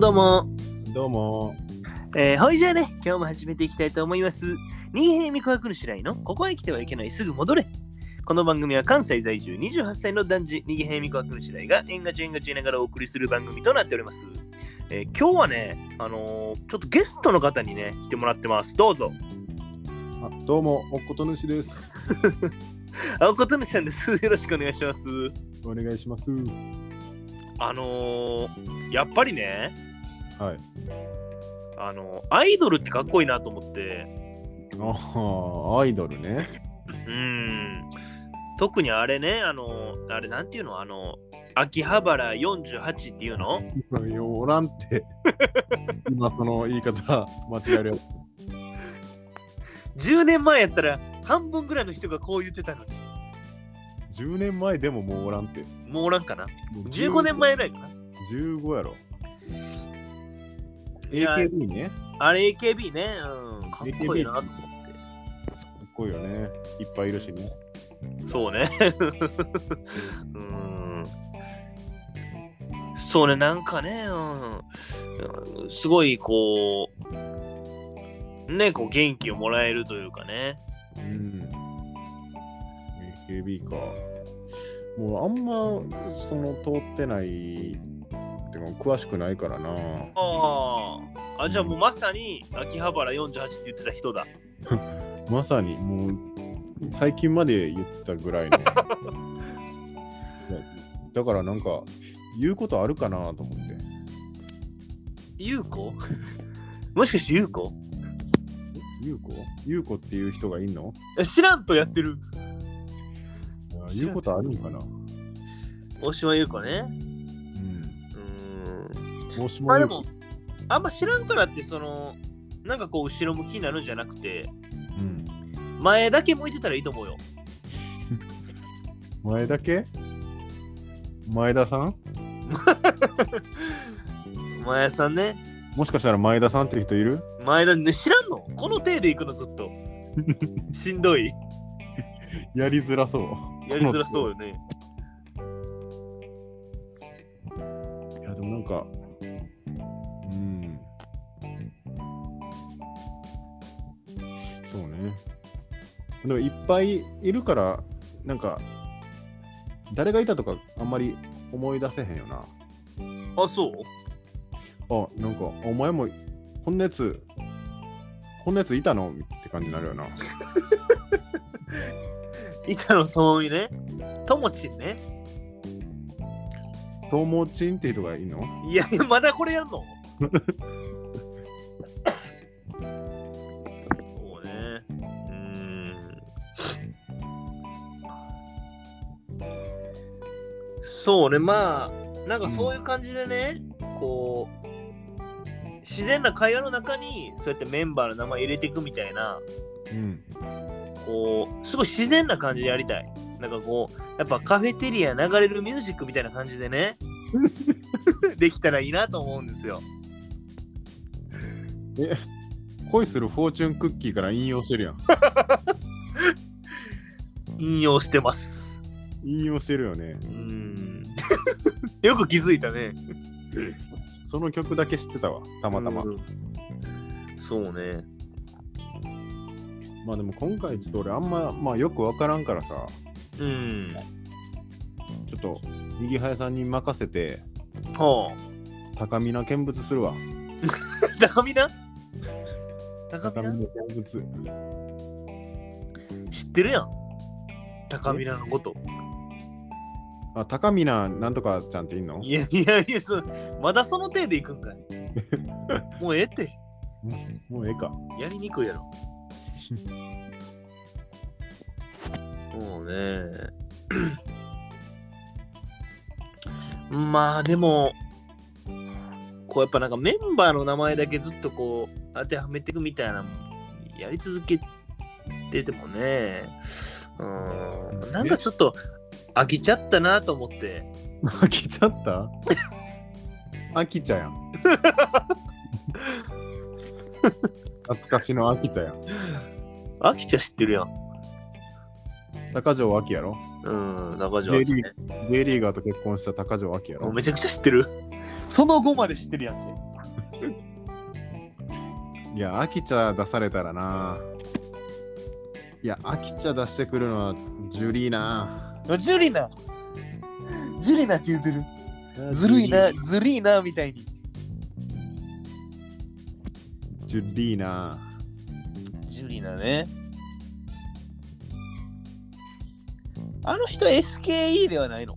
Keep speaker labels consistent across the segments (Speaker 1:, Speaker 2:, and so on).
Speaker 1: どうも。
Speaker 2: どうも。
Speaker 1: えー、ほいじゃあね、今日も始めていきたいと思います。新平美子が来る白井の、ここへ来てはいけない、すぐ戻れ。この番組は関西在住28歳の男児、新平美子が来る白井が、縁がち縁がち言いながらお送りする番組となっております。えー、今日はね、あのーちょっとゲストの方にね、来てもらってます。どうぞ。
Speaker 2: あどうも、おっことぬしです。
Speaker 1: 青琴主さんです。よ ろしくお願いします。
Speaker 2: お願いします。は
Speaker 1: あのーやっぱりね、
Speaker 2: い。
Speaker 1: あのーアイドルってかっこいいなと思って、
Speaker 2: ああ、アイドル ね。
Speaker 1: うん。特にあれね、あの、あれなんていうのあの、秋葉原48っていうの
Speaker 2: よおらん って。今その言い方、間違えるやつ。
Speaker 1: ?10 年前やったら半分ぐらいの人がこう言ってたのに、
Speaker 2: 10年前でももうおらんって。
Speaker 1: もうおらんかな ?15 年前ぐらいかな
Speaker 2: ?15 やろ。
Speaker 1: いや
Speaker 2: AKB ね。か
Speaker 1: あれ AKB ね、うん、かっこいいなと思っ
Speaker 2: っこいいよね。いっぱいいるしね。
Speaker 1: て。そうね。 うん。それなんかね、うん、すごいこう、ね、こう元気をもらえるというかね。
Speaker 2: うん。AKB か。もうあんま、その通ってない。てか詳しくないからな。
Speaker 1: ああ、あじゃあもうまさに秋葉原48って言ってた人だ。
Speaker 2: まさにもう最近まで言ったぐらいの。 だからなんか言うことあるかなと思って。
Speaker 1: ゆうこもしかしてゆうこ
Speaker 2: ゆうこゆうこっていう人がいんの
Speaker 1: え知らんとやってる。
Speaker 2: あ言うことあるんかな
Speaker 1: 大島ゆうこね。
Speaker 2: うん。
Speaker 1: うーん。
Speaker 2: もし
Speaker 1: ま
Speaker 2: も
Speaker 1: あで
Speaker 2: ゆうこ
Speaker 1: も、あんま知らんからって、その、なんかこう後ろ向きになるんじゃなくて、
Speaker 2: うん、
Speaker 1: 前だけ向いてたらいいと思うよ。
Speaker 2: 前だけ前田さん
Speaker 1: 前田さんね。
Speaker 2: もしかしたら前田さんっていう人いる
Speaker 1: 前田ね、知らんのこの手で行くのず っと。しんどい。
Speaker 2: やりづらそう。
Speaker 1: やりづらそうよね。
Speaker 2: いやでもなんか、うん。そうね。でもいっぱいいるから、なんか、誰がいたとかあんまり思い出せへんよな。
Speaker 1: あ、そう
Speaker 2: あ、なんか、お前もこんなやつ、こんなやついたのって感じになるよな。
Speaker 1: 板野友美ね。ともちんね。
Speaker 2: ともちんって人がいいの
Speaker 1: いや、まだこれやんのそうね。うーん。そうね、まあ、なんかそういう感じでね、こう、自然な会話の中に、そうやってメンバーの名前入れていくみたいな、
Speaker 2: うん。
Speaker 1: こう、すごい自然な感じでやりたい。なんかこう、やっぱカフェテリア流れるミュージックみたいな感じで ね、できたらいいなと思うんですよ。
Speaker 2: 恋するフォーチュンクッキーから引用してるやん。
Speaker 1: 引用してます。
Speaker 2: 引用してるよね。
Speaker 1: うーん。よく気づいたね。
Speaker 2: その曲だけ知ってたわ、たまたま。
Speaker 1: うんそうね。
Speaker 2: まあでも今回ちょっと俺あんま、まあ、よくわからんからさ
Speaker 1: うん。
Speaker 2: ちょっと右早さんに任せて
Speaker 1: はあ。
Speaker 2: 高みな見物するわ
Speaker 1: 高見な高見な
Speaker 2: 見な見物
Speaker 1: 知ってるやん。高見なのこと。
Speaker 2: あ高みななんとかちゃんっていんの
Speaker 1: いやいやいや、そうまだその程でいくんか い。もうええって。
Speaker 2: もうええか
Speaker 1: やりにくい やろ。そうね。 まあでも、こうやっぱなんかメンバーの名前だけずっとこう当てはめていくみたいなのやり続けててもね、うん、なんかちょっと飽きちゃったなと思って、
Speaker 2: 飽きちゃった 飽きちゃやん懐かしの飽きちゃやん
Speaker 1: 飽きちゃ知ってるやん。
Speaker 2: 高城明やろ
Speaker 1: うん、中条ね
Speaker 2: J リー ?J リーガーと結婚した高城明や
Speaker 1: もう
Speaker 2: ろ
Speaker 1: めちゃくちゃ知ってる。その後まで知ってるやんけ。
Speaker 2: いや、秋茶出されたらな。いや、秋茶出してくるのはジュリーな。
Speaker 1: ジュリナジュリナって言ってる。ずるいな、ずるいな、みたいに。
Speaker 2: ジュリーな。
Speaker 1: ジュリナね。あの人 SKE ではないの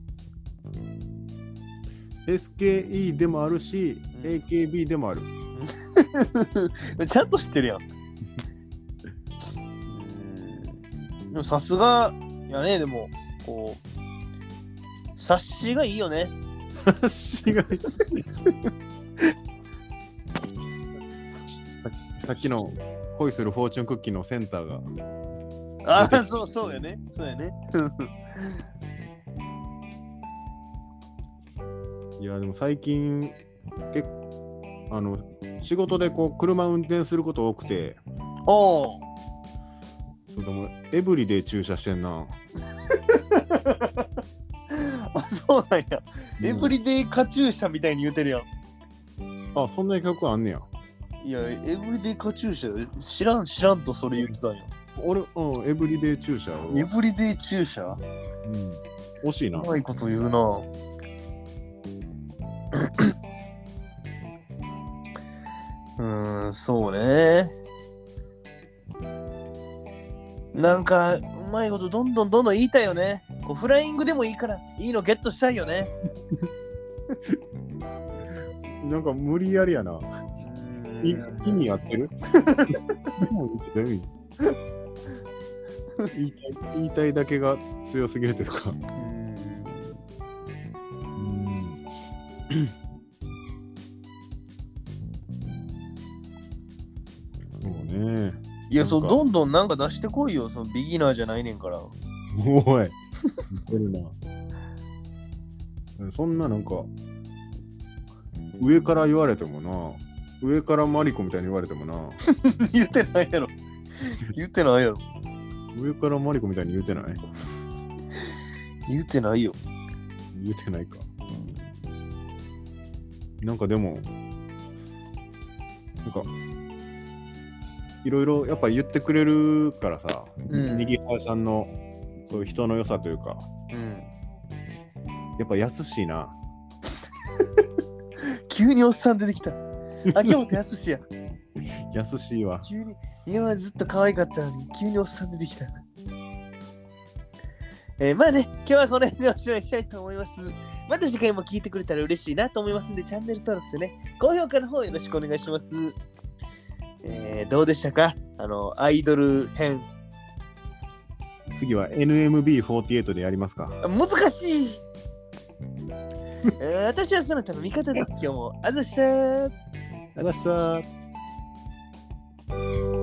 Speaker 2: SKE でもあるし、
Speaker 1: うん
Speaker 2: AKB でもある。
Speaker 1: ちゃんと知ってるやん。でもさすがやね、でも、こう、察しがいいよね。
Speaker 2: 違い。さっきの恋するフォーチュンクッキーのセンターが
Speaker 1: ああ、そうそうやね。そうやね。
Speaker 2: いやでも最近けあの仕事でこう車運転すること多くて
Speaker 1: おお。
Speaker 2: そうでもエブリデイ駐車してんな
Speaker 1: あ、そうなんや。エブリデイカチューシャみたいに言うてるやん。
Speaker 2: うんあそんな曲あんねや
Speaker 1: いや、エブリデイカチューシャ知らん知らんとそれ言ってたんや。
Speaker 2: 俺うんエブリデイ駐車
Speaker 1: エブリデイ注射
Speaker 2: うん惜しいうな
Speaker 1: まいこと言うな。 うーん、そうね。なんか、うまいことどんどんどんどん言いたいよね。こうフライングでもいいから、いいのゲットしたいよね。
Speaker 2: なんか無理やりやな
Speaker 1: う
Speaker 2: い
Speaker 1: ん
Speaker 2: 意味合ってるもうどういう意味言いたい言いたいだけが強すぎるというか
Speaker 1: うん
Speaker 2: うんそうね
Speaker 1: いや、そう、
Speaker 2: なんか
Speaker 1: どんどんなんか出してこいよ。そのビギナーじゃないねんから。
Speaker 2: おい似てるなそんななんか上から言われてもな上からマリコみたいに言われてもな
Speaker 1: 言ってないやろ。言ってないやろ。
Speaker 2: 上からマリコみたいに言うてない
Speaker 1: 言ってないよ。
Speaker 2: 言うてないかなんかでもなんかいろいろやっぱ言ってくれるからさ、
Speaker 1: ん
Speaker 2: にぎはやさんのそういう人の良さというか
Speaker 1: うん。
Speaker 2: やっぱ安しいな
Speaker 1: 急におっさん出て きた。秋元康や。
Speaker 2: 安しいわ
Speaker 1: 急に、今までずっと可愛かったのに、急におっさん出てきた。えーまあね、今日はこの辺でおしまいにしたいと思います。また次回も聞いてくれたら嬉しいなと思いますんで、チャンネル登録とね、高評価の方よろしくお願いします。えーどうでしたかあの、アイドル編。
Speaker 2: 次は NMB48 でやりますか
Speaker 1: あ難しい、えー私はそのため味方だ。今日も、あざしたー
Speaker 2: あらっしゃー